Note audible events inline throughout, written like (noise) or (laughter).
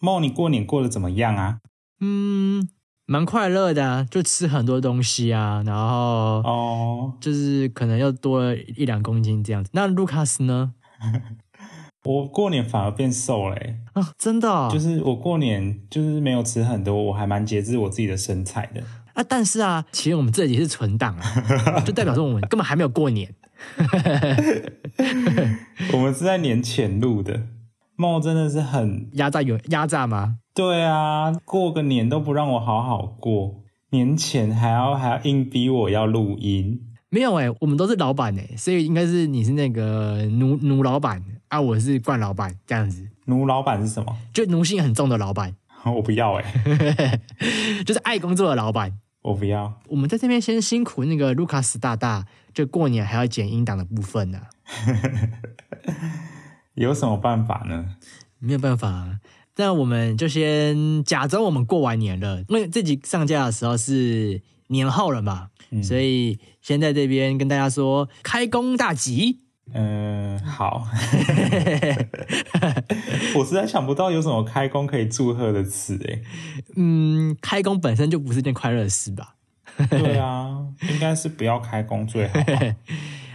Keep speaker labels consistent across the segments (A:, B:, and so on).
A: 梦，你过年过得怎么样啊？
B: 嗯，蛮快乐的、啊，就吃很多东西啊，然后
A: 哦，
B: 就是可能又多了一两公斤这样子。那卢卡斯呢？
A: 我过年反而变瘦了、欸，
B: 啊，真的、哦，
A: 就是我过年就是没有吃很多，我还蛮节制我自己的身材的。
B: 啊，但是啊，其实我们这里是存档
A: (laughs)
B: 啊，就代表说我们根本还没有过年。
A: 我们是在年前录的，梦真的是很
B: 压榨有压榨吗？
A: 对啊，过个年都不让我好好过，年前还要还要硬逼我要录音。
B: 没有哎、我们都是老板哎、所以应该是你是那个奴奴老板啊，我是惯老板这样子，
A: 奴老板是什么？ (laughs)
B: 就奴性很重的老板， (laughs)
A: 我不要哎、
B: 就是爱工作的老板。
A: 我不要。
B: 我们在这边先辛苦那个卢卡斯大大，就过年还要剪音档的部分呢、啊
A: 有什么办法呢？
B: 没有办法、啊。那我们就先假装我们过完年了，因为这集上架的时候是年后了嘛，
A: 嗯
B: 所以先在这边跟大家说开工大吉。
A: 嗯、好， (laughs) 我实在想不到有什么开工可以祝贺的词哎、
B: 嗯，开工本身就不是件快乐的事吧？
A: 对啊，应该是不要开工最 (laughs) 好。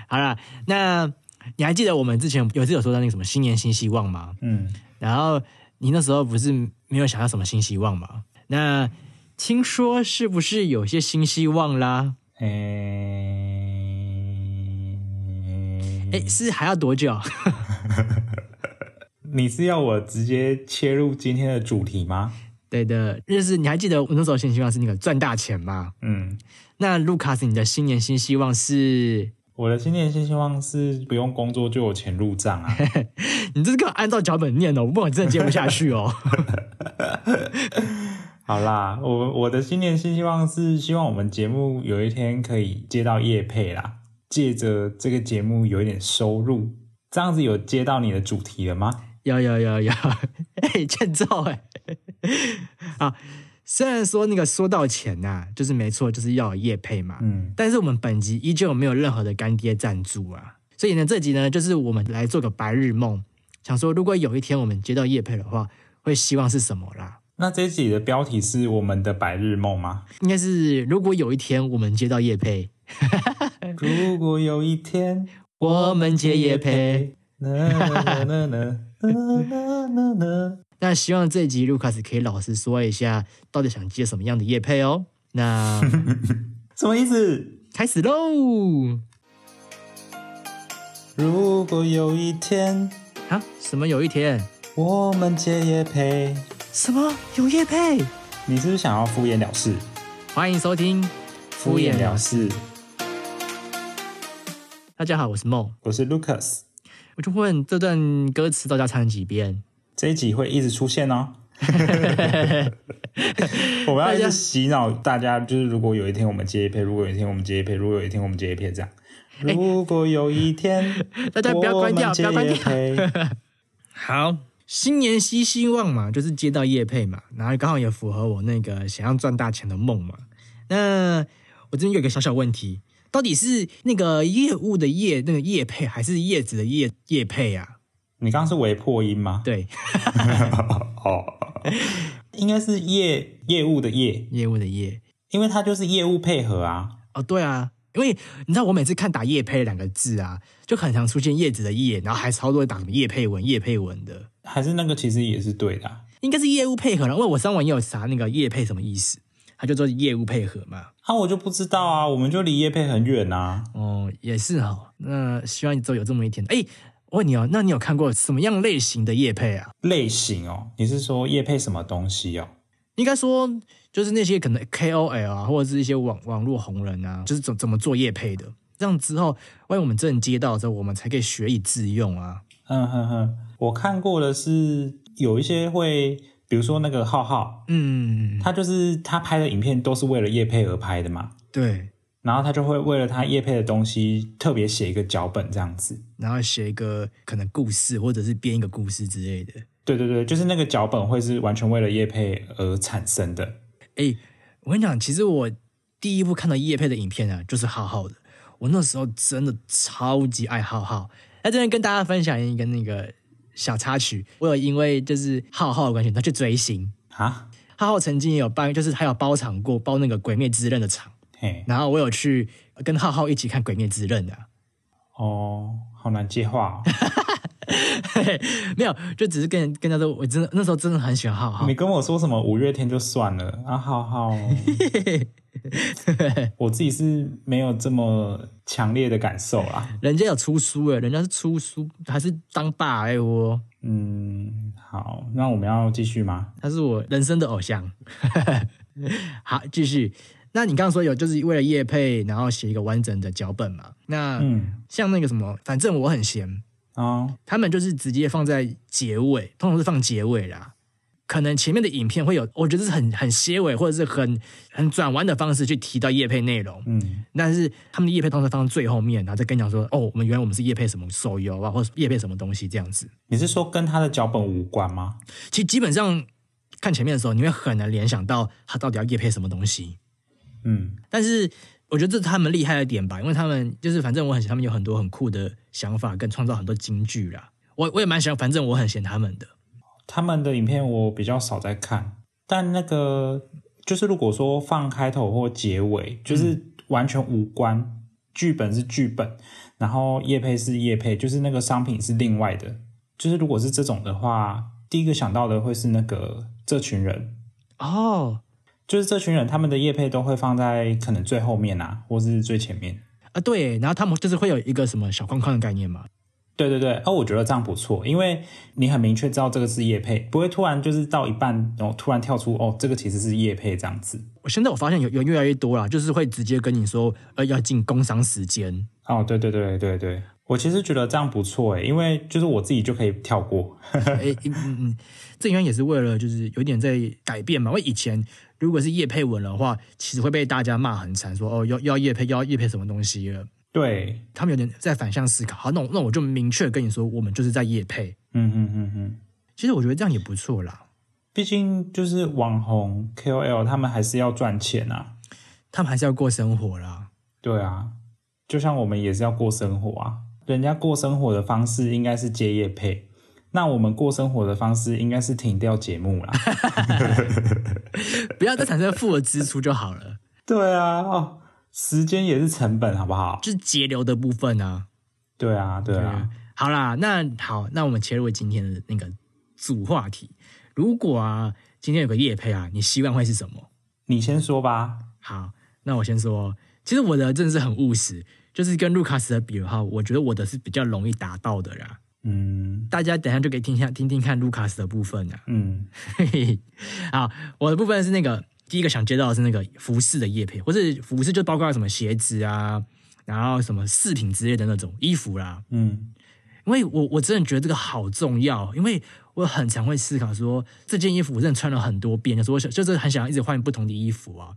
B: 好啦，那你还记得我们之前有一次有说到那个什么新年新希望吗？
A: 嗯，
B: 然后你那时候不是没有想要什么新希望吗？那听说是不是有些新希望啦？
A: 诶、
B: 哎，是还要多久？ (laughs)
A: 你是要我直接切入今天的主题吗？
B: 对的，就是你还记得我那时候新希望是那个赚大钱吗？
A: 嗯，
B: 那卢卡斯，你的新年新希望是？
A: 我的新年新希望是不用工作就有钱入账啊。
B: 你这是给我按照脚本念哦，不然我真的接不下去哦。 (laughs)
A: 好啦，我我的新年新希望是希望我们节目有一天可以接到业配啦，借着这个节目有一点收入。这样子有接到你的主题了吗？
B: 有有有 (laughs) 有，哎、欠揍哎、 (laughs) 啊，虽然说那个说到钱呐、就是没错，就是要有业配嘛，
A: 嗯，
B: 但是我们本集依旧没有任何的干爹赞助啊，所以呢，这集呢就是我们来做个白日梦，想说如果有一天我们接到业配的话，会希望是什么啦？
A: 那这一集的标题是我们的白日梦吗？
B: 应该是如果有一天我们接到业配，
A: 如果有一天
B: 我们嗯接业配，，
A: 呐呐呐呐呐呐呐，
B: 那希望这一集卢卡斯可以老实说一下，到底想接什么样的业配哦。那 (laughs)
A: 什么意思？
B: 开始喽！
A: 如果有一天
B: 啊，什么有一天？
A: 我们接业配，
B: 什么有叶配？
A: 你是不是想要敷衍了事？
B: 欢迎收听《敷衍了事》。
A: 事，
B: 大家好，我是梦。
A: 我是 Lucas。
B: 我就问这段歌词到底要唱几遍？，
A: 这一集会一直出现 (laughs) 哦。我们要一直洗脑大家，就是如果有一天我们接一配，如果有一天我们接一配，如果有一天我们接一配，这样。如果有一 (laughs) 天
B: 大家不要关掉不要关掉
A: 掉。
B: 好，新年新希望嘛，就是接到叶配嘛，然后刚好也符合我那个想要赚大钱的梦嘛。那我这边有一个小小问题，到底是那个业务的业那个叶配，还是叶子的叶叶配啊？
A: 你刚刚是微破音 (laughs) 吗？
B: 对，
A: 哦，应该是业业务的业，
B: 业务的业。
A: 因为它就是业务配合啊。
B: 哦，对啊，因为你知道我每次看打叶配两个字啊，就很常出现叶子的叶，然后还超多打什么叶配文、叶配文的，
A: 还是那个其实也是对的啊、
B: 应该是业务配合了。因为我上网也有查那个叶配什么意思，它就做业务配合嘛。
A: 啊，我就不知道啊，我们就离业配很远啊。
B: 哦，也是哈。那希望你之后有这么一天。哎，我问你哦，那你有看过什么样类型的叶配啊？
A: 类型哦，你是说业配什么东西哦？
B: 应该说就是那些可能 KOL 啊，或者是一些网网络红人啊，就是怎怎么做叶配的。这样之后，万一我们真的接到之后，我们才可以学以致用啊。
A: 嗯哼哼，我看过的是有一些会，比如说那个浩浩，
B: 嗯，
A: 他就是他拍的影片都是为了叶配而拍的嘛，
B: 对。
A: 然后他就会为了他叶配的东西特别写一个脚本这样子。
B: 然后写一个可能故事，或者是编一个故事之类的。
A: 对对对，就是那个脚本会是完全为了叶配而产生的。
B: 哎，我跟你讲，其实我第一部看到叶佩的影片啊，就是浩浩的。我那时候真的超级爱浩浩。在这边跟大家分享一个那个小插曲，我有因为就是浩浩的关系，他去追星。
A: 啊，
B: 浩浩曾经也有办，就是他有包场过，包那个《鬼灭之刃》的场，
A: 嘿，
B: 然后我有去跟浩浩一起看《鬼灭之刃》的、啊
A: 哦，好难接话
B: 没有，就只是跟跟他说，我真的那时候真的很喜欢浩
A: 哦。
B: 浩
A: 你，跟我说什么五月天就算了啊，浩浩，我自己是没有这么强烈的感受啦。
B: 人家有出书了，人家是出书还是当爸哎我，
A: 嗯，好，那我们要继续吗？
B: 他是我人生的偶像。 (laughs) 好，继续。那你刚刚说有就是为了叶配，然后写一个完整的脚本嘛？那、
A: 嗯，
B: 像那个什么，反正我很闲，
A: 哦，
B: 他们就是直接放在结尾，通常是放结尾啦。可能前面的影片会有，我觉得是很很结尾或者是很很转弯的方式去提到叶配内容，
A: 嗯，
B: 但是他们的叶配通常放在最后面，然后再跟你讲说，哦，我们原来我们是叶配什么手游啊，或者叶配什么东西这样子。
A: 你是说跟他的脚本无关吗？
B: 其实基本上看前面的时候，你会很难联想到他到底要叶配什么东西。
A: 嗯
B: 但是我觉得这是他们厉害的点吧，因为他们就是反正我很喜欢他们有很多很酷的想法，跟创造很多金句啦。我我也蛮喜欢，反正我很喜欢他们的。
A: 他们的影片我比较少在看，但那个就是如果说放开头或结尾，就是完全无关，剧本是剧本，然后叶配是叶配，就是那个商品是另外的。就是如果是这种的话，第一个想到的会是那个这群人，
B: 哦，
A: 就是这群人他们的叶配都会放在可能最后面啊，或是最前面。
B: 啊对，然后他们就是会有一个什么小框框的概念嘛。
A: 对对对，哦，我觉得这样不错，因为你很明确知道这个是叶配，不会突然就是到一半，然后突然跳出哦，这个其实是叶配这样子。
B: 我现在我发现有有越来越多啦，就是会直接跟你说，呃，要进工商时间。
A: 哦，对对对对对，我其实觉得这样不错诶，因为就是我自己就可以跳过。
B: 哎、嗯嗯嗯，这应该也是为了就是有点在改变嘛。因为以前如果是叶配文的话，其实会被大家骂很惨，说哦要要叶配要叶配什么东西了。
A: 对，
B: 他们有点在反向思考。好，那我那我就明确跟你说，我们就是在夜配。
A: 嗯嗯嗯嗯，
B: 其实我觉得这样也不错啦。
A: 毕竟就是网红 KOL 他们还是要赚钱啊。
B: 他们还是要过生活啦。
A: 对啊，就像我们也是要过生活啊，人家过生活的方式应该是接叶配。那我们过生活的方式应该是停掉节目啦。
B: 不要再产生负的支出就好了，
A: 对啊，哦，时间也是成本，好不好？
B: 就是节流的部分啊。
A: 对啊，对啊，
B: 好啦，那好，那我们切入今天的那个主话题。如果啊，今天有个夜配啊，你希望会是什么？
A: 你先说吧。
B: 好，那我先说，其实我的真的是很务实，就是跟卢卡斯的比的话，我觉得我的是比较容易达到的啦。
A: 嗯
B: 大家等一下就可以听一下听听看卢卡斯的部分啊。 (laughs)
A: 嗯，
B: 嘿嘿，好，我的部分是那个第一个想接到的是那个服饰的叶配，或是服饰就包括什么鞋子啊，然后什么饰品之类的那种衣服啦。
A: 嗯
B: 因为我我真的觉得这个好重要，因为我很常会思考说这件衣服我真的穿了很多遍，就是我想就是很想一直换不同的衣服啊。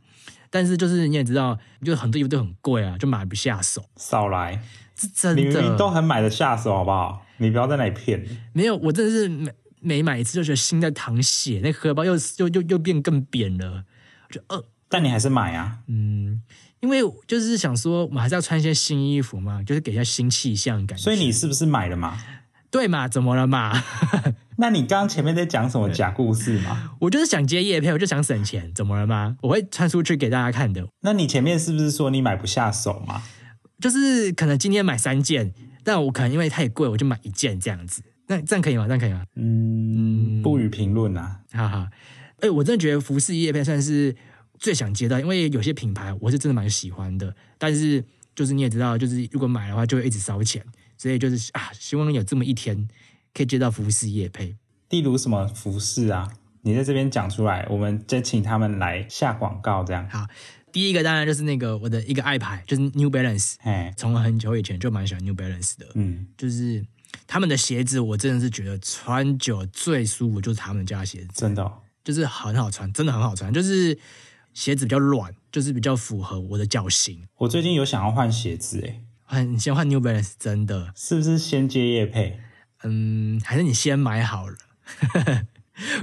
B: 但是就是你也知道，就是很多衣服都很贵啊，就买不下手，
A: 少来，
B: 是真
A: 你明
B: 的。
A: 明都很买得下手，好不好？你不要在那里骗。
B: 没有，我真的是每每买一次就觉得心在淌血，那荷包又又又又变更扁了，我就呃
A: 但你还是买啊，
B: 嗯，因为就是想说，我们还是要穿一些新衣服嘛，就是给一下新气象感觉。
A: 所以你是不是买了嘛？
B: 对嘛？怎么了嘛？
A: 那你刚刚前面在讲什么假故事嘛？
B: 我就是想接夜配，我就想省钱，怎么了嘛？我会穿出去给大家看的，
A: 那你前面是不是说你买不下手嘛？
B: 就是可能今天买三件，但我可能因为太贵，我就买一件这样子。那这样可以吗？这样可以吗？
A: 嗯，不予评论啊。
B: 哈哈，哎、我真的觉得服饰业配算是最想接到，因为有些品牌我是真的蛮喜欢的，但是就是你也知道，就是如果买的话就会一直烧钱，所以就是啊，希望有这么一天可以接到服饰业配。
A: 例如什么服饰啊，你在这边讲出来，我们再请他们来下广告这样。
B: 好，第一个当然就是那个我的一个爱牌，就是 New Balance，
A: 哎，
B: 从很久以前就蛮喜欢 New Balance 的，
A: 嗯，
B: 就是他们的鞋子，我真的是觉得穿久最舒服就是他们家的鞋子。
A: 真的、哦，
B: 就是很好穿，真的很好穿，就是鞋子比较软，就是比较符合我的脚型。
A: 我最近有想要换鞋子，哎，
B: 换你先换 New Balance，真的，
A: 是不是先接叶配？
B: 嗯，还是你先买好了， (laughs)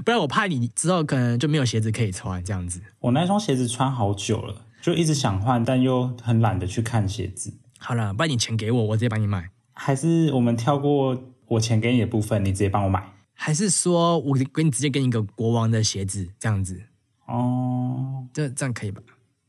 B: 不然我怕你之后可能就没有鞋子可以穿这样子。
A: 我那双鞋子穿好久了，就一直想换，但又很懒得去看鞋子。
B: 好了，不然你钱给我，我直接帮你买。
A: 还是我们跳过我钱给你的部分，你直接帮我买。
B: 还是说我给你直接给你一个国王的鞋子这样子，
A: 哦，
B: 这这样可以吧？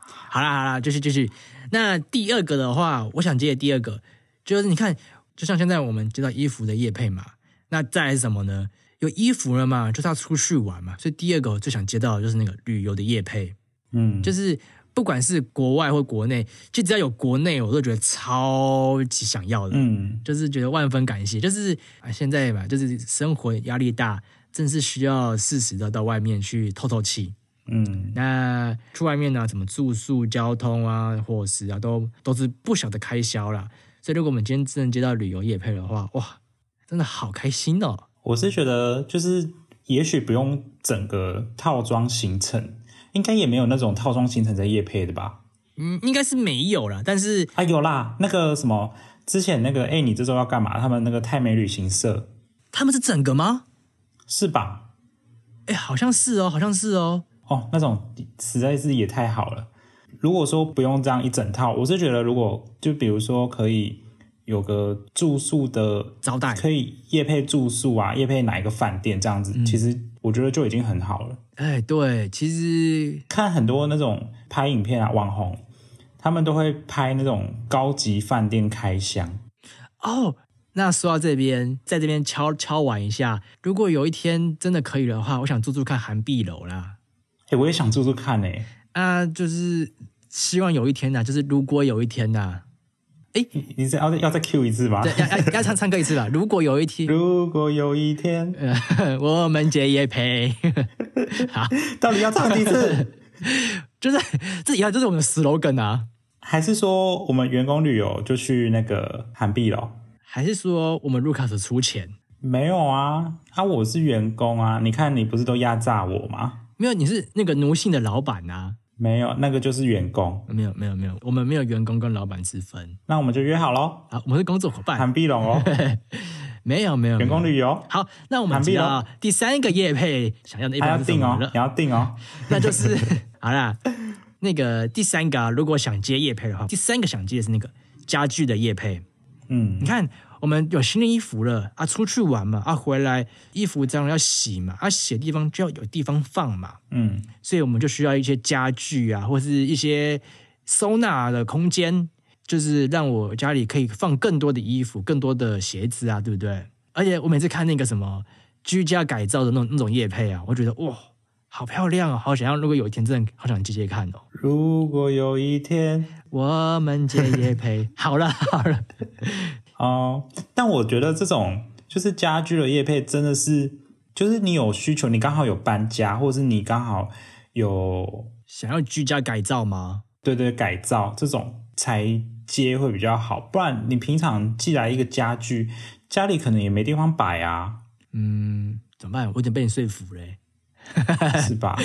B: 好啦好啦，继续继续。那第二个的话，我想接的第二个就是你看，就像现在我们接到衣服的业配嘛，那再来是什么呢？有衣服了嘛，就是要出去玩嘛，所以第二个我最想接到的就是那个旅游的业配，
A: 嗯，
B: 就是不管是国外或国内，就只要有国内，我都觉得超级想要的。
A: 嗯，
B: 就是觉得万分感谢。就是啊，现在吧，就是生活压力大，正是需要适时的到外面去透透气。
A: 嗯，
B: 那去外面呢、什么住宿、交通啊、伙食啊，都都是不小的开销啦。所以，如果我们今天真的接到旅游业配的话，哇，真的好开心哦！
A: 我是觉得就是也许不用整个套装行程，应该也没有那种套装行程在夜配的吧？
B: 嗯，应该是没有啦，但是
A: 啊，有啦，那个什么之前那个，哎、你这周要干嘛？他们那个泰美旅行社
B: 他们是整个吗？
A: 是吧？
B: 哎，好像是哦，好像是哦。
A: 哦，那种实在是也太好了。如果说不用这样一整套，我是觉得如果就比如说可以有个住宿的
B: 招待
A: 可以夜配住宿啊，夜配哪一个饭店这样子，
B: 嗯
A: 其实我觉得就已经很好了。
B: 哎，对，其实
A: 看很多那种拍影片啊，网红他们都会拍那种高级饭店开箱。
B: 哦，那说到这边，在这边敲敲碗一下，如果有一天真的可以的话，我想住住看韩碧楼啦。
A: 哎、我也想住住看哎、
B: 啊，就是希望有一天呐、就是如果有一天呐、
A: 你你是要再要再 Q 一次吗？
B: 对，要要要唱唱歌一次啦。如果有一天，
A: 如果有一天，
B: 呃， (laughs) 我们结也配，好，
A: 到底要唱几次？
B: (laughs) 就是这以后就是我们的 slogan 啊，
A: 还是说我们员工旅游就去那个韩碧楼？
B: 还是说我们卢卡斯出钱？
A: 没有啊，啊，我是员工啊，你看你不是都压榨我吗？
B: 没有，你是那个奴性的老板呐、
A: 没有，那个就是员工，
B: 没有没有没有，我们没有员工跟老板之分
A: 那我们就约好喽，
B: 啊，我们是工作伙伴。
A: 韩碧楼
B: (laughs)
A: 哦，
B: 没有没有，没
A: 员
B: 有
A: 工旅游
B: 好，那我们
A: 韩
B: 知
A: 碧
B: 道第三个叶配想要的叶
A: 还要
B: 配是什
A: 定
B: 么
A: 哦，
B: 了？
A: 你要定哦，
B: 那就是 (laughs) 好啦，那个第三个、啊，如果想接叶配的话，第三个想接的是那个家具的叶配。
A: 嗯
B: 你看，我们有新的衣服了啊，出去玩嘛，啊回来衣服当然要洗嘛，啊洗的地方就要有地方放嘛，
A: 嗯
B: 所以我们就需要一些家具啊，或是一些收纳的空间，就是让我家里可以放更多的衣服、更多的鞋子啊，对不对？而且我每次看那个什么居家改造的那种那种叶配啊，我觉得哇，好漂亮哦，好想要。如果有一天真的好想接接看哦，
A: 如果有一天
B: 我们接叶配，好了好了，
A: 哦、但我觉得这种就是家居的业配真的是，就是你有需求，你刚好有搬家，或者是你刚好有
B: 想要居家改造吗？
A: 对对改造这种才接会比较好，不然你平常寄来一个家具，家里可能也没地方摆啊，
B: 嗯，怎么办？我有点被你说服嘞、
A: 是吧？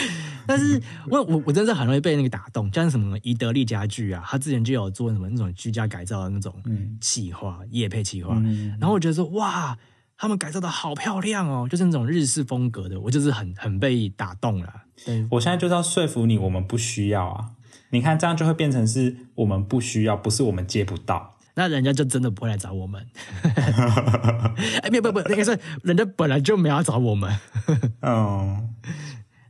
B: 但是我我我真的是很容易被那个打动，像是什么宜得利家具啊，他之前就有做什么那种居家改造的那种
A: 嗯
B: 企划、业配企划，
A: 嗯
B: 然后我觉得说哇，他们改造的好漂亮哦，就是那种日式风格的，我就是很很被打动了。对，
A: 我现在就是要说服你，我们不需要啊。你看这样就会变成是我们不需要，不是我们接不到。
B: 那人家就真的不会来找我们。 (laughs) 哎，没有，不不，那个是人家本来就没有要找我们。
A: 嗯，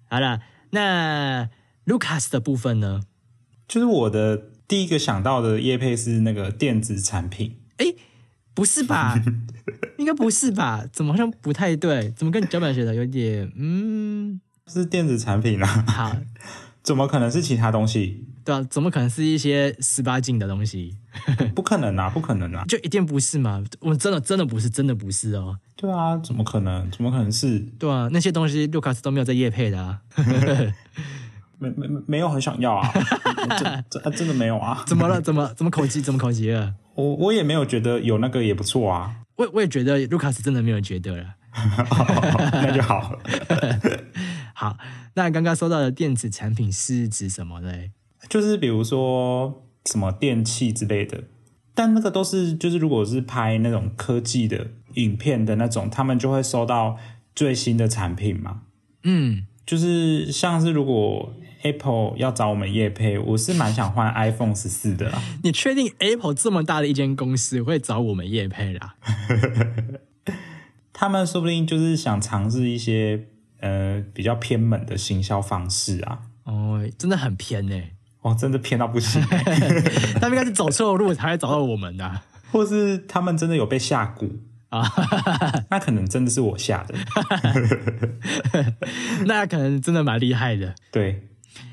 B: 好了，那 Lucas 的部分呢？
A: 就是我的第一个想到的业配是那个电子产品。
B: 不是吧？应该不是吧？怎么好像不太对？怎么跟脚本写的有点嗯？
A: 是电子产品啊， (laughs)
B: 好，
A: 怎么可能是其他东西？
B: 对啊，怎么可能是一些十八禁的东西？
A: 不可能啊，不可能啊！
B: 就一定不是嘛？我们真的真的不是，真的不是哦。
A: 对啊，怎么可能？怎么可能是
B: 对啊，那些东西卢卡斯都没有在夜配的啊，
A: 没没没有很想要啊？ (laughs) 真真、啊真的没有啊！
B: 怎么了？怎么怎么口急？怎么口急了？
A: 我我也没有觉得有那个也不错啊， (laughs)
B: 我我也觉得卢卡斯真的没有觉得了。
A: 那就好。
B: 好，那刚刚说到的电子产品是指什么嘞？
A: 就是比如说什么电器之类的，但那个都是就是如果是拍那种科技的影片的那种，他们就会收到最新的产品嘛。
B: 嗯，
A: 就是像是如果 Apple 要找我们业配，我是蛮想换 iPhone 十四的啦。
B: 你确定 Apple 这么大的一间公司会找我们夜配啦？
A: 他们说不定就是想尝试一些呃比较偏门的行销方式啊。
B: 哦，真的很偏欸呢、
A: 哦，真的偏到不行，
B: 他们应该是走错路才会找到我们的啊。
A: 或是他们真的有被下蛊
B: 啊，
A: (laughs) 那可能真的是我下的。
B: 那可能真的蛮厉害的。
A: 对，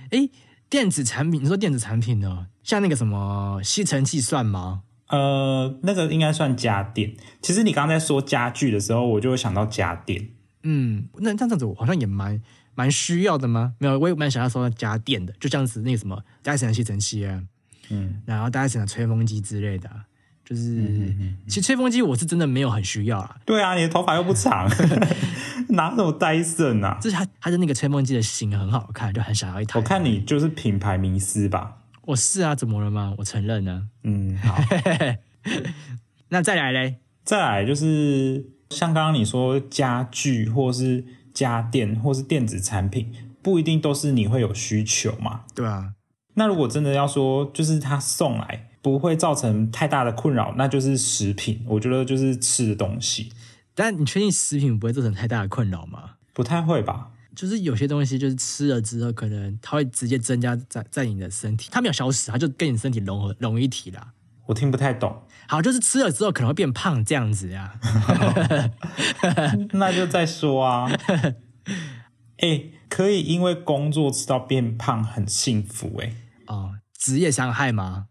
B: 诶，电子产品，你说电子产品呢？像那个什么吸尘器算吗？
A: 呃，那个应该算家电。其实你刚才说家具的时候，我就会想到家电。
B: 嗯，那这样子我好像也蛮蛮需要的吗？没有，我也蛮想要说家电的，就这样子那个什么戴森的吸尘器啊，
A: 嗯，
B: 然后戴森的吹风机之类的啊、就是、
A: 嗯
B: 其实吹风机我是真的没有很需要啦，
A: 对啊，你的头发又不长，哪有戴森啊？
B: 就是它它的那个吹风机的型很好看，就很想要一台。
A: 我看你就是品牌迷失吧。
B: 我是啊，怎么了吗？我承认呢、
A: 嗯，好。
B: 那再来嘞，
A: 再来就是像刚刚你说家具或是家电或是电子产品，不一定都是你会有需求嘛。
B: 对啊，
A: 那如果真的要说，就是他送来不会造成太大的困扰，那就是食品。我觉得就是吃的东西，
B: 但你确定食品不会造成太大的困扰吗？
A: 不太会吧？
B: 就是有些东西，就是吃了之后，可能它会直接增加在在你的身体，它没有消失，它就跟你身体融合融一体啦。
A: 我听不太懂，
B: 好，就是吃了之后可能会变胖这样子啊。
A: 那就再说啊。哎、可以因为工作吃到变胖，很幸福哎、
B: 哦，职业伤害吗？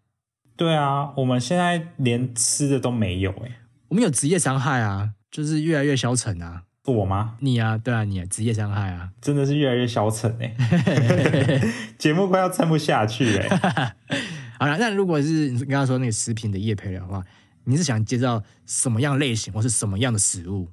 A: 对啊，我们现在连吃的都没有哎、
B: 我们有职业伤害啊，就是越来越消沉啊。
A: 是我吗？
B: 你啊，对啊，你啊，职业伤害啊。
A: 真的是越来越消沉哎、节目快要撑不下去了欸、
B: 好了，那如果是你刚刚说那个食品的叶培的话，你是想介绍什么样类型或是什么样的食物？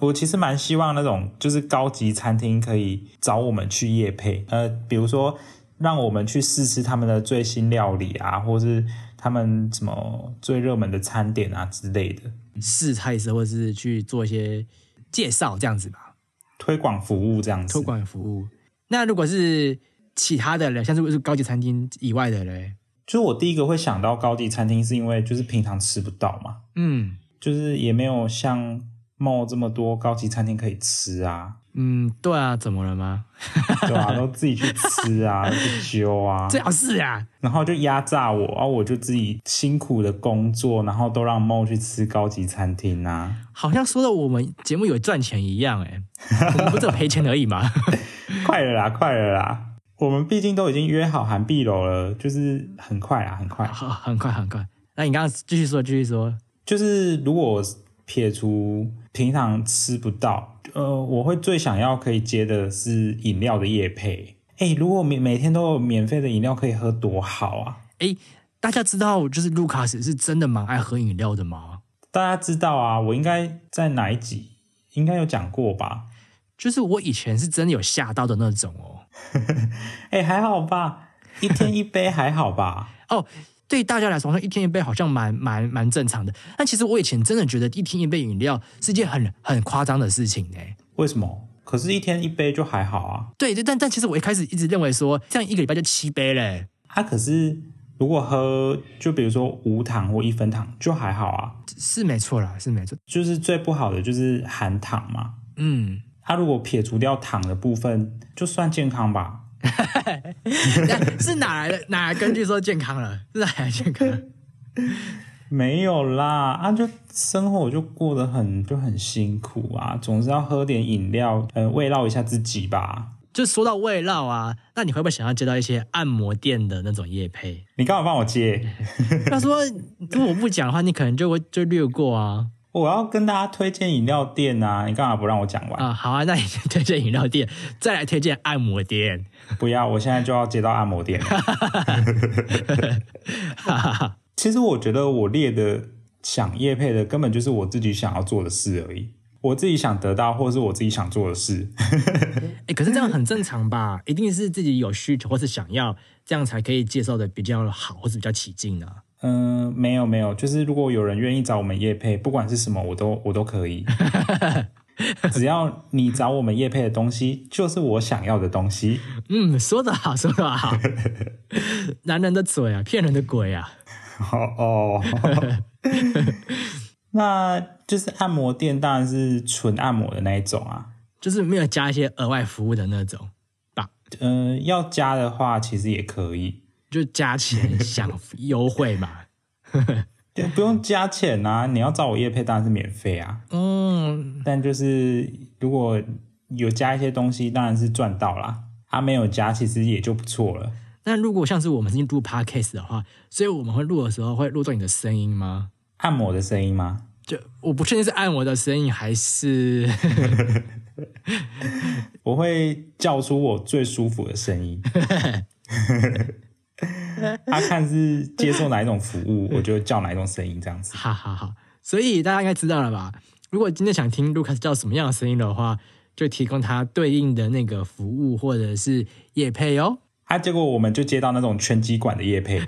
A: 我其实蛮希望那种就是高级餐厅可以找我们去夜配，呃，比如说让我们去试吃他们的最新料理啊，或是他们什么最热门的餐点啊之类的
B: 试菜色，或是去做一些介绍这样子吧，
A: 推广服务这样子
B: 托。管服务。那如果是其他的嘞，像是是高级餐厅以外的嘞，
A: 就是我第一个会想到高级餐厅，是因为就是平常吃不到嘛，
B: 嗯
A: 就是也没有像茂这么多高级餐厅可以吃啊，
B: 嗯，对啊，怎么了吗？
A: 对吧、都自己去吃啊， (laughs) 去揪啊，
B: 最好是啊，
A: 然后就压榨我，然后我就自己辛苦的工作，然后都让梦去吃高级餐厅
B: (laughs)
A: 啊！
B: 好像说的我们节目有赚钱一样 (laughs) 哎、我们不是有赔钱而已 (laughs) 嘛。
A: 快了啦，快了啦！我们毕竟都已经约好韩碧楼了，就是很快啦，很快。
B: 好，很快很快。那你刚刚继续说，继续说。
A: 就是如果撇除平常吃不到，呃，我会最想要可以接的是饮料的业配。哎，如果每每天都有免费的饮料可以喝，多好啊！
B: 哎，大家知道就是卢卡斯是真的蛮爱喝饮料的吗？
A: 大家知道啊，我应该在哪一集应该有讲过吧？
B: 就是我以前是真的有吓到的那种哦。
A: 哎，还好吧，一天一杯还好吧？
B: 哦，对大家来说，好像一天一杯好像蛮蛮蛮正常的。但其实我以前真的觉得一天一杯饮料是件很很夸张的事情呢。欸
A: 为什么？可是，一天一杯就还好啊。
B: 对，但但其实我一开始一直认为说，这样一个礼拜就七杯嘞，
A: 啊，可是如果喝，就比如说无糖或一分糖，就还好啊。
B: 是没错啦，是没错。
A: 就是最不好的就是含糖嘛。
B: 嗯，
A: 它、如果撇除掉糖的部分，就算健康吧。
B: 那是哪来的哪来根据说健康了？ (laughs) 是哪来的健康？
A: 没有啦，啊，就生活就过得很就很辛苦啊，总是要喝点饮料，呃，慰劳一下自己吧。
B: 就说到味道啊，那你会不会想要接到一些按摩店的那种夜配？
A: 你干嘛帮我接？
B: 他说如果我不讲的话，你可能就会就略过啊
A: 我要跟大家推荐饮料店啊，你干嘛不让我讲完？
B: 啊，好啊，那你先推荐饮料店，再来推荐按摩店，
A: (laughs) 不要，我现在就要接到按摩店了。
B: 哈哈哈。
A: 其实我觉得我列的想业配的根本就是我自己想要做的事而已，我自己想得到或是我自己想做的事。
B: 哎、可是这样很正常吧？一定是自己有需求或是想要，这样才可以介绍的比较好，或是比较起劲啊。
A: 嗯、没有没有，就是如果有人愿意找我们业配，不管是什么，我都我都可以。只要你找我们业配的东西，就是我想要的东西。
B: 嗯，说得好，说得好， (laughs)
A: 哦
B: 男人的嘴啊，骗人的鬼啊。
A: 哦哦，那就是按摩店当然是纯按摩的那一种啊。
B: 就是没有加一些额外服务的那种，
A: 嗯、要加的话其实也可以，
B: 就加钱享优惠嘛。
A: 对，不用加钱啊。你要找我夜配当然是免费啊。
B: 嗯，
A: 但就是如果有加一些东西，当然是赚到啦。他、没有加，其实也就不错了。
B: 那如果像是我们是录 podcast 的话，所以我们会录的时候会录到你的声音吗？
A: 按摩的声音吗？
B: 就我不确定是按我的声音还是
A: 我会叫出我最舒服的声音。他、看是接受哪一种服务，我就叫哪一种声音这样子。
B: (laughs) 哈哈哈。所以大家应该知道了吧？如果今天想听 Lucas 叫什么样的声音的话，就提供他对应的那个服务或者是业配哦。
A: 啊，结果我们就接到那种拳击馆的夜配，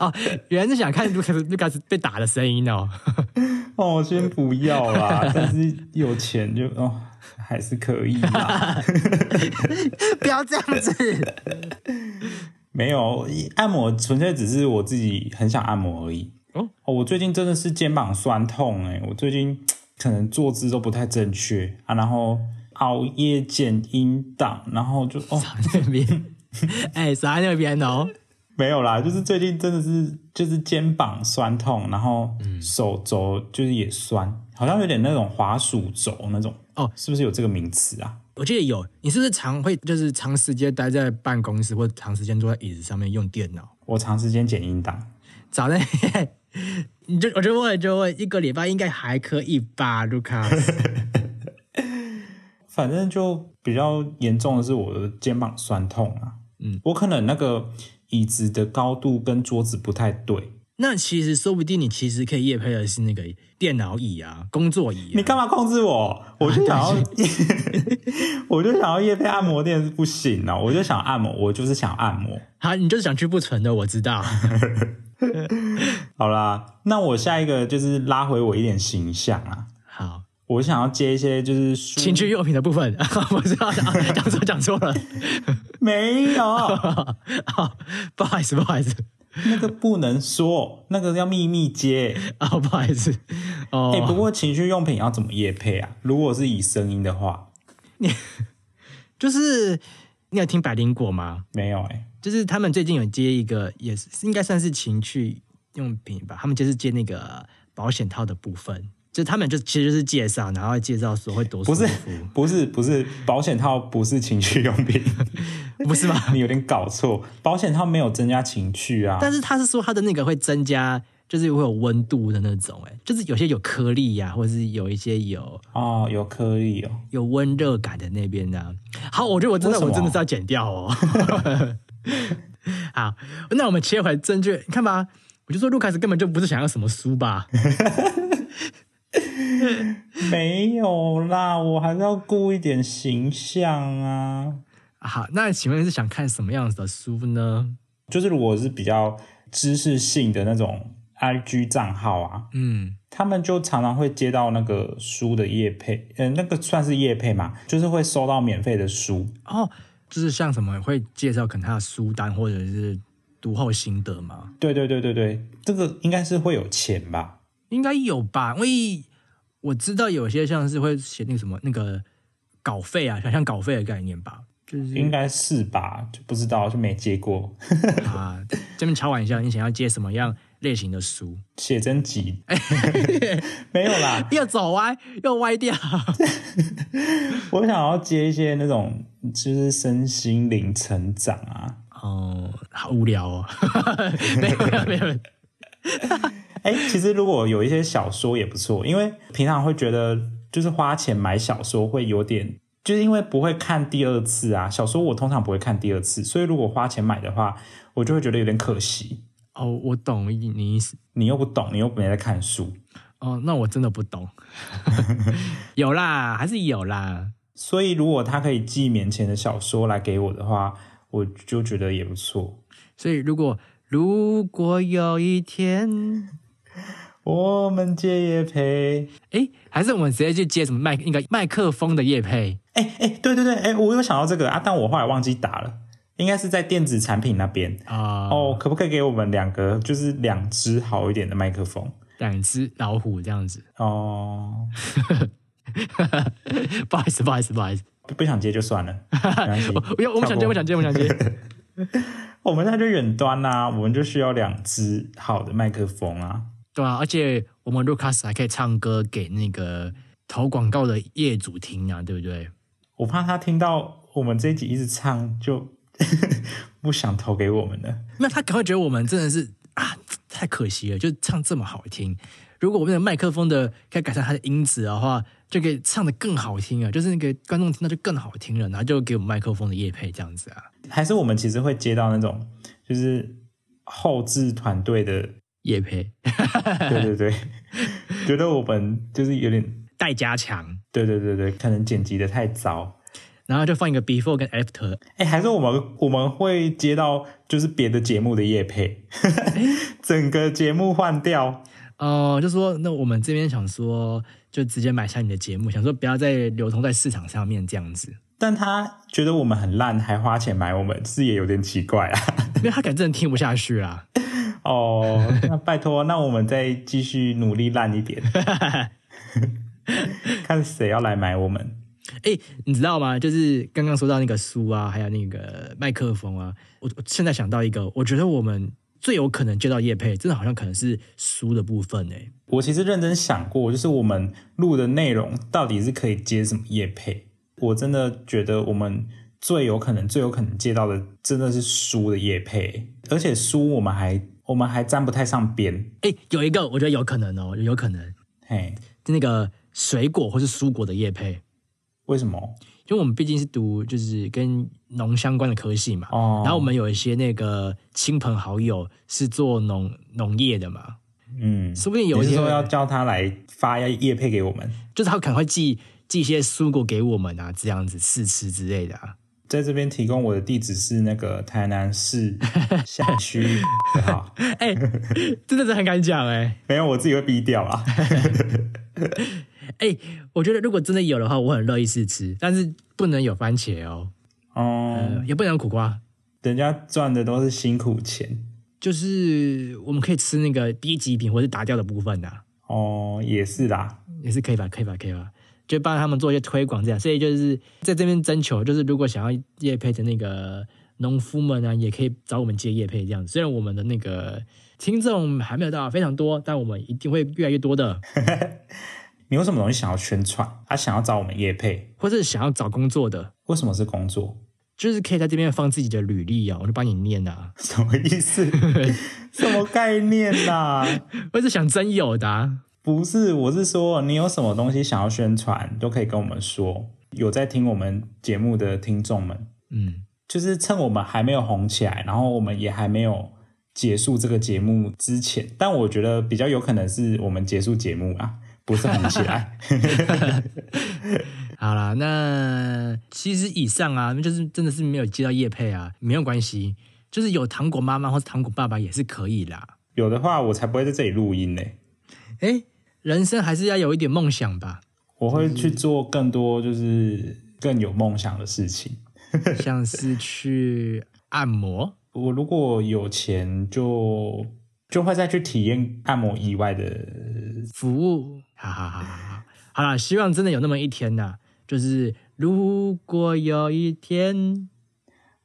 B: 哦，原来是想看 Lucas (laughs) Lucas 被打的声音哦。
A: (laughs) 哦，先不要啦。但是有钱就哦，还是可以啦。
B: (laughs) 不要这样 (laughs) 子。
A: 没有按摩，纯粹只是我自己很想按摩而已。
B: 哦
A: 哦，我最近真的是肩膀酸痛哎、我最近可能坐姿都不太正确啊，然后熬夜剪音档，然后就哦
B: 少在那边，哎、少在那边哦。
A: 没有啦，就是最近真的是就是肩膀酸痛，然后手肘就是也酸，好像有点那种滑鼠肘那种
B: 哦
A: 是不是有这个名词啊？
B: 我记得有，你是不是常会就是长时间待在办公室或长时间坐在椅子上面用电脑？
A: 我长时间剪音档，
B: 早在 (laughs) 你就我就问就问，一个礼拜应该还可以吧，卢卡斯？
A: 反正就比较严重的是我的肩膀酸痛啊。
B: 嗯，
A: 我可能那个椅子的高度跟桌子不太对。
B: 那其实说不定你其实可以夜配的是那个电脑椅啊，工作椅、
A: 你
B: 啊。
A: 干嘛控制我？我就想要， (laughs) 我就想要夜配按摩店是不行啊！我就想按摩，我就是想按摩。
B: 好，你就是想去不纯的，我知道。 (laughs)
A: 好啦，那我下一个就是拉回我一点形象啊，
B: 好，
A: 我想要接一些就是舒
B: 情趣用品的部分， (laughs) 我知道，讲错讲错了，
A: 没
B: (laughs)
A: 有
B: 好，不好意思，不好意思，
A: 那个不能说，那个要秘密接。
B: 啊、不好意思，哦，
A: 哎、不过情趣用品要怎么夜配啊？如果是以声音的话，
B: 就是你有听百灵果吗？
A: 没有哎、
B: 就是他们最近有接一个，也是应该算是情趣用品吧。他们就是接那个保险套的部分，就他们就其实就是介绍，然后介绍说会多舒
A: 不
B: 服
A: 是，不是不是，保险套不是情趣用品， (laughs)
B: 不是吧？
A: 你有点搞错，保险套没有增加情趣啊。
B: 但是他是说他的那个会增加，就是会有温度的那种、哎，就是有些有颗粒呀、或者是有一些有
A: 哦，有颗粒哦，
B: 有温热感的那边呢、好，我觉得我真的
A: 为什
B: 我
A: 么
B: 真的是要剪掉哦。 (laughs) 好，那我们切回正确，你看吧，我就说卢卡斯根本就不是想要什么书吧。
A: 没有啦，我还是要顾一点形象啊。
B: 好，那请问是想看什么样子的书呢？
A: 就是如果是比较知识性的那种 IG 账号啊，
B: 嗯，
A: 他们就常常会接到那个书的业配，嗯、那个算是业配嘛，就是会收到免费的书。
B: 哦，就是像什么会介绍可能他的书单或者是读后心得吗？
A: 对对对对对，这个应该是会有钱吧？
B: 应该有吧，因为我知道有些像是会写那个什么那个稿费啊，想象稿费的概念吧，就是
A: 应该是吧？就不知道，就没接过
B: 啊，这边敲碗一下，你想要接什么样类型的书？
A: 写真集，没有啦。
B: 又走歪，又歪掉，
A: 我想要接一些那种就是身心灵成长啊。
B: 哦，好无聊哦，没有没有没有，
A: 哎、其实如果有一些小说也不错，因为平常会觉得就是花钱买小说会有点，就是因为不会看第二次啊。小说我通常不会看第二次，所以如果花钱买的话，我就会觉得有点可惜。
B: 哦，我懂你意思，
A: 你又不懂，你又没在看书，
B: 哦，那我真的不懂。 (laughs) 有啦，还是有啦。
A: 所以如果他可以寄免钱的小说来给我的话，我就觉得也不错。
B: 所以如果如果有一天，
A: 我们借也陪。
B: 哎，还是我们直接去接什么麦那个麦克风的叶配
A: 哎、哎、对对对，哎、我有想到这个啊，但我后来忘记打了，应该是在电子产品那边。
B: 啊？
A: 哦，可不可以给我们两个，就是两只好一点的麦克风？
B: 两只老虎这样子。
A: 哦，
B: 不好意思，不好意思，不好意思，
A: 不不想接就
B: (laughs)
A: 算了，没关系
B: 我我我不想接，我不想接，我不想接。
A: 我们那就远端啦、我们就需要两支好的麦克风啊。
B: 对啊，而且我们 Lucas 还可以唱歌给那个投广告的业主听啊，对不对？
A: 我怕他听到我们这一集一直唱，就 (laughs) 不想投给我们了。
B: 那他可能会觉得我们真的是啊，太可惜了，就唱这么好听。如果我们的麦克风的可以改善它的音质的话，就可以唱的更好听啊，就是那个观众听到就更好听了，然后就给我们麦克风的叶配这样子啊，
A: 还是我们其实会接到那种就是后置团队的，
B: 叶配
A: (laughs) 对对对，觉得我们就是有点，
B: 代加强，
A: 对对对对，可能剪辑的太糟。
B: 然后就放一个 before 跟 after，
A: 哎，还是我们我们会接到就是别的节目的业配， (laughs) 整个节目换掉。
B: 哦、就说那我们这边想说就直接买下你的节目，想说不要再流通在市场上面这样子，
A: 但他觉得我们很烂，还花钱买我们，是也有点奇怪啊。
B: 因为他可能真的听不下去啦。
A: 哦，那拜托，那我们再继续努力烂一点，看谁要来买我们。
B: 哎、你知道吗？就是刚刚说到那个书啊，还有那个麦克风啊，我我现在想到一个，我觉得我们最有可能接到叶配，真的好像可能是书的部分哎、
A: 我其实认真想过，就是我们录的内容到底是可以接什么业配。我真的觉得我们最有可能、最有可能接到的真的是书的业配，而且书我们还我们还沾不太上边。
B: 哎、有一个我觉得有可能哦，有可能
A: 嘿，
B: 那个水果或是蔬果的叶配，
A: 为什么？
B: 因为我们毕竟是读就是跟农相关的科系嘛，
A: 哦，
B: 然后我们有一些那个亲朋好友是做农农业的嘛，
A: 嗯，
B: 说不定
A: 你
B: 有一
A: 是
B: 天
A: 说要叫他来发业配给我们？
B: 就是他可能会寄寄一些蔬果给我们啊，这样子试吃之类的啊。
A: 在这边提供我的地址是那个台南市辖 (laughs) 区，好，
B: 哎、真的是很敢讲哎、
A: 没有我自己会逼掉啊啦。
B: 哎、我觉得如果真的有的话，我很乐意试吃，但是不能有番茄哦，
A: 哦、
B: 呃，也不能有苦瓜，
A: 人家赚的都是辛苦钱，
B: 就是我们可以吃那个 B 级品或是打掉的部分啊，
A: 哦，也是啦。
B: 也是可以吧，可以吧，可以吧，就帮他们做一些推广这样。所以就是在这边征求，就是如果想要叶配的那个农夫们啊，也可以找我们接叶配这样。虽然我们的那个听众还没有到非常多，但我们一定会越来越多的。
A: 你有什么东西想要宣传？他、想要找我们业配，
B: 或是想要找工作的，
A: 为什么是工作？ (laughs)
B: 就是可以在这边放自己的履历啊，我就帮你念啊。
A: 什么意思？什么概念呐、
B: 或是想真有的、啊，
A: 不是，我是说你有什么东西想要宣传，都可以跟我们说。有在听我们节目的听众们，
B: 嗯，
A: 就是趁我们还没有红起来，然后我们也还没有结束这个节目之前，但我觉得比较有可能是我们结束节目啊，不是红起来。
B: 好啦，那其实以上啊，就是真的是没有接到叶配啊，没有关系，就是有糖果妈妈或是糖果爸爸也是可以啦。
A: 有的话，我才不会在这里录音呢、
B: 诶，哎人生还是要有一点梦想吧，
A: 我会去做更多就是更有梦想的事情。
B: 像是去按摩，
A: 我如果有钱就，就会再去体验按摩以外的。
B: 服务，哈哈哈哈哈！好啦，希望真的有那么一天呐、就是如果有一天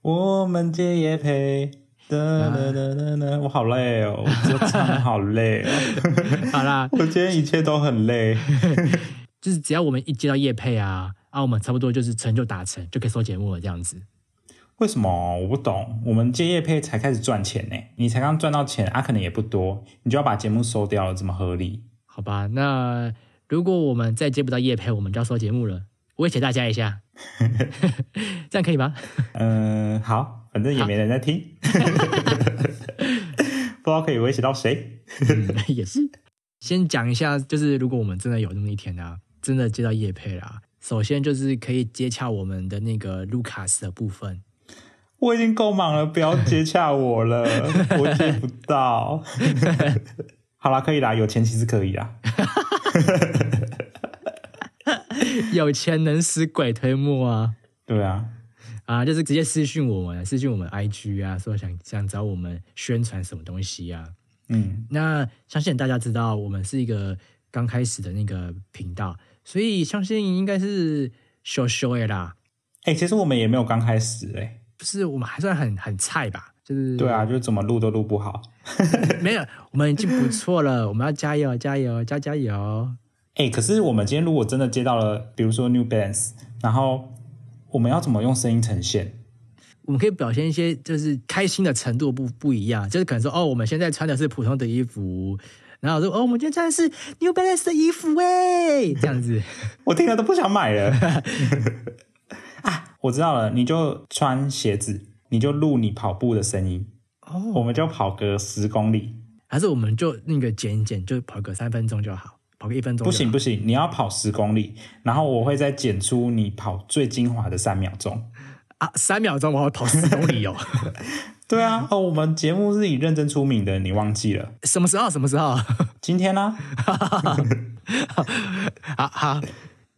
A: 我们接也配，哒哒哒哒哒，我好累哦，我就唱好累哦， (laughs)
B: 好啦，
A: 我今天一切都很累。
B: 就是只要我们一接到业配啊，啊，我们差不多就是成就达成，就可以收节目了这样子。
A: 为什么我不懂？我们接业配才开始赚钱呢，你才刚赚到钱，啊，可能也不多，你就要把节目收掉了，怎么合理？
B: 好吧，那如果我们再接不到叶配，我们就要收节目了。威胁大家一下，这样可以吗？
A: 嗯、好，反正也没人在听，不知道可以威胁到谁。
B: (laughs) 也是。先讲一下，就是如果我们真的有那么一天啊，真的接到叶配啦，首先就是可以接洽我们的那个卢卡斯的部分。 (laughs)
A: 我已经够忙了，不要接洽我了，我接不到。好啦，可以啦，有钱其实可以啦。
B: 有钱能使鬼推磨啊！
A: 对啊，
B: 啊，就是直接私讯我们，私讯我们 IG 啊，说想想找我们宣传什么东西啊。
A: 嗯，
B: 那相信大家知道，我们是一个刚开始的那个频道，所以相信应该是羞羞的啦，
A: 哎、其实我们也没有刚开始哎、
B: 就是我们还算很很菜吧，就是
A: 对啊，就怎么录都录不好。
B: (laughs) 没有，我们已经不错了，我们要加油加油加加油！
A: 哎、可是我们今天如果真的接到了，比如说 New Balance，然后我们要怎么用声音呈现？
B: 我们可以表现一些就是开心的程度不不一样，就是可能说哦，我们现在穿的是普通的衣服，然后说哦，我们今天穿的是 New Balance 的衣服哎，这样子
A: 我听了都不想买了。 (laughs) 啊，我知道了，你就穿鞋子，你就录你跑步的声音，
B: 哦，
A: 我们就跑个十公里。
B: 还是我们就那个剪一剪，就跑个三分钟就好，跑个一分钟就
A: 不
B: 好
A: 行不行，你要跑十公里，然后我会再剪出你跑最精华的三秒钟。
B: 啊，三秒钟我要跑十公里哦，
A: 对啊，哦，我们节目是以认真出名的，你忘记了？
B: 什么时候什么时候？
A: 今天呢、
B: 好好，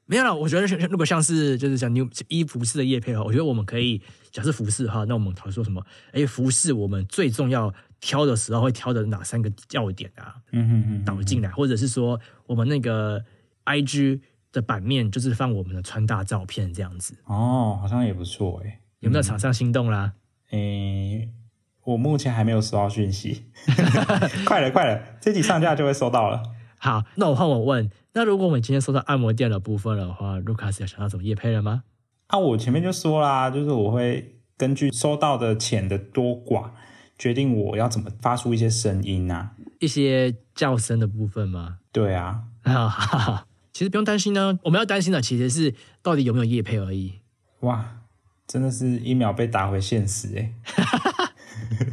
B: 没有了。我觉得像像如果像是就是像 new 衣服饰的业配的话，我觉得我们可以假设服饰哈，那我们讨论说什么？哎，服饰我们最重要挑的时候会挑的哪三个要点啊？
A: 嗯哼哼，
B: 导进来，或者是说我们那个 IG 的版面就是放我们的穿搭照片这样子，
A: 哦，好像也不错哎、
B: 有没有厂商心动啦？
A: 诶、我目前还没有收到讯息， (laughs) 快了快了，这集上架就会收到了。
B: 好，那我换我问，那如果我们今天说到按摩店的部分的话，Lucas 有想到什么业配了吗？
A: 啊，我前面就说啦，就是我会根据收到的钱的多寡，决定我要怎么发出一些声音啊。
B: 一些叫声的部分吗？
A: 对啊，
B: 啊，哈哈哈 (laughs) 其实不用担心呢，我们要担心的其实是到底有没有业配而已。
A: 哇，真的是一秒被打回现实欸诶、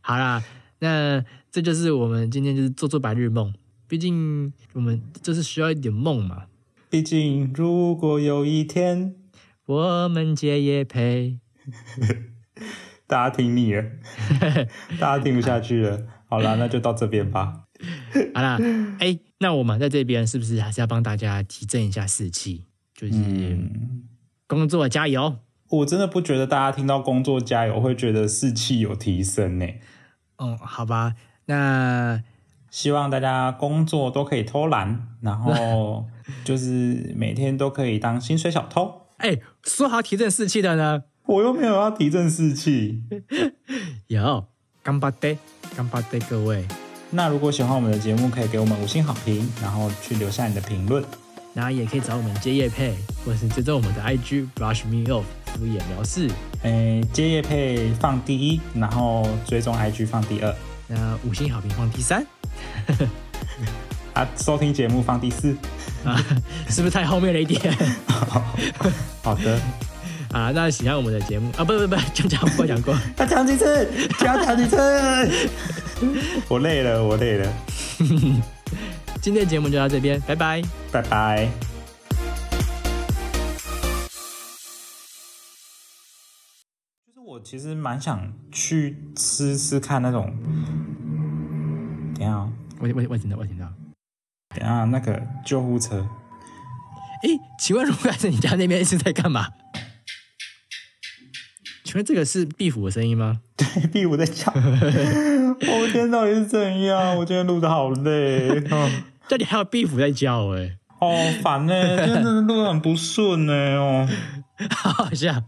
B: 好啦，那这就是我们今天就是做做白日梦，毕竟我们就是需要一点梦嘛。
A: 毕竟如果有一天
B: 我们接业配，
A: 大家听腻了，大家听不下去了，好啦，那就到这边吧。
B: 好 (laughs) 啦，哎、那我们在这边是不是还是要帮大家提振一下士气？就是
A: 嗯，
B: 工作加油
A: 我真的不觉得大家听到工作加油会觉得士气有提升欸呢、
B: 嗯，好吧，那
A: 希望大家工作都可以偷懒，然后就是每天都可以当薪水小偷。
B: 哎、说好提振士气的呢，
A: 我又没有要提振士气。
B: 有干巴爹，干巴爹各位。
A: 那如果喜欢我们的节目，可以给我们五星好评，然后去留下你的评论。
B: 然后也可以找我们接业配，或者是追踪我们的 IG brush me off 敷衍了事。
A: 诶，接业配放第一，然后追踪 IG 放第二，
B: 那五星好评放第三
A: 啊，收听节目放第四。
B: 啊， (laughs) 是不是太后面了一点 (laughs)
A: 好的，
B: 啊？那喜欢我们的节目啊，不不不，讲讲过讲过。 (laughs)
A: 要讲几次？要讲几次？我累了，我累了，
B: 今天的节目就到这边，拜拜。
A: 拜拜。就是我其实蛮想去吃吃看那种，等一下、哦，
B: 我我我听到我听到。
A: 等一下那个救护车，
B: 哎，请问如果是你家那边是在干嘛？请问这个是壁虎的声音吗？
A: (laughs) 对，壁虎在 (laughs) 叫。哦我今天到底是怎样？我今天录的好累。 (laughs) 哦
B: 这里还有壁虎在叫哎、
A: 欸好烦呢、欸，今天真的录得很不顺呢、哦。
B: (laughs) 好好笑。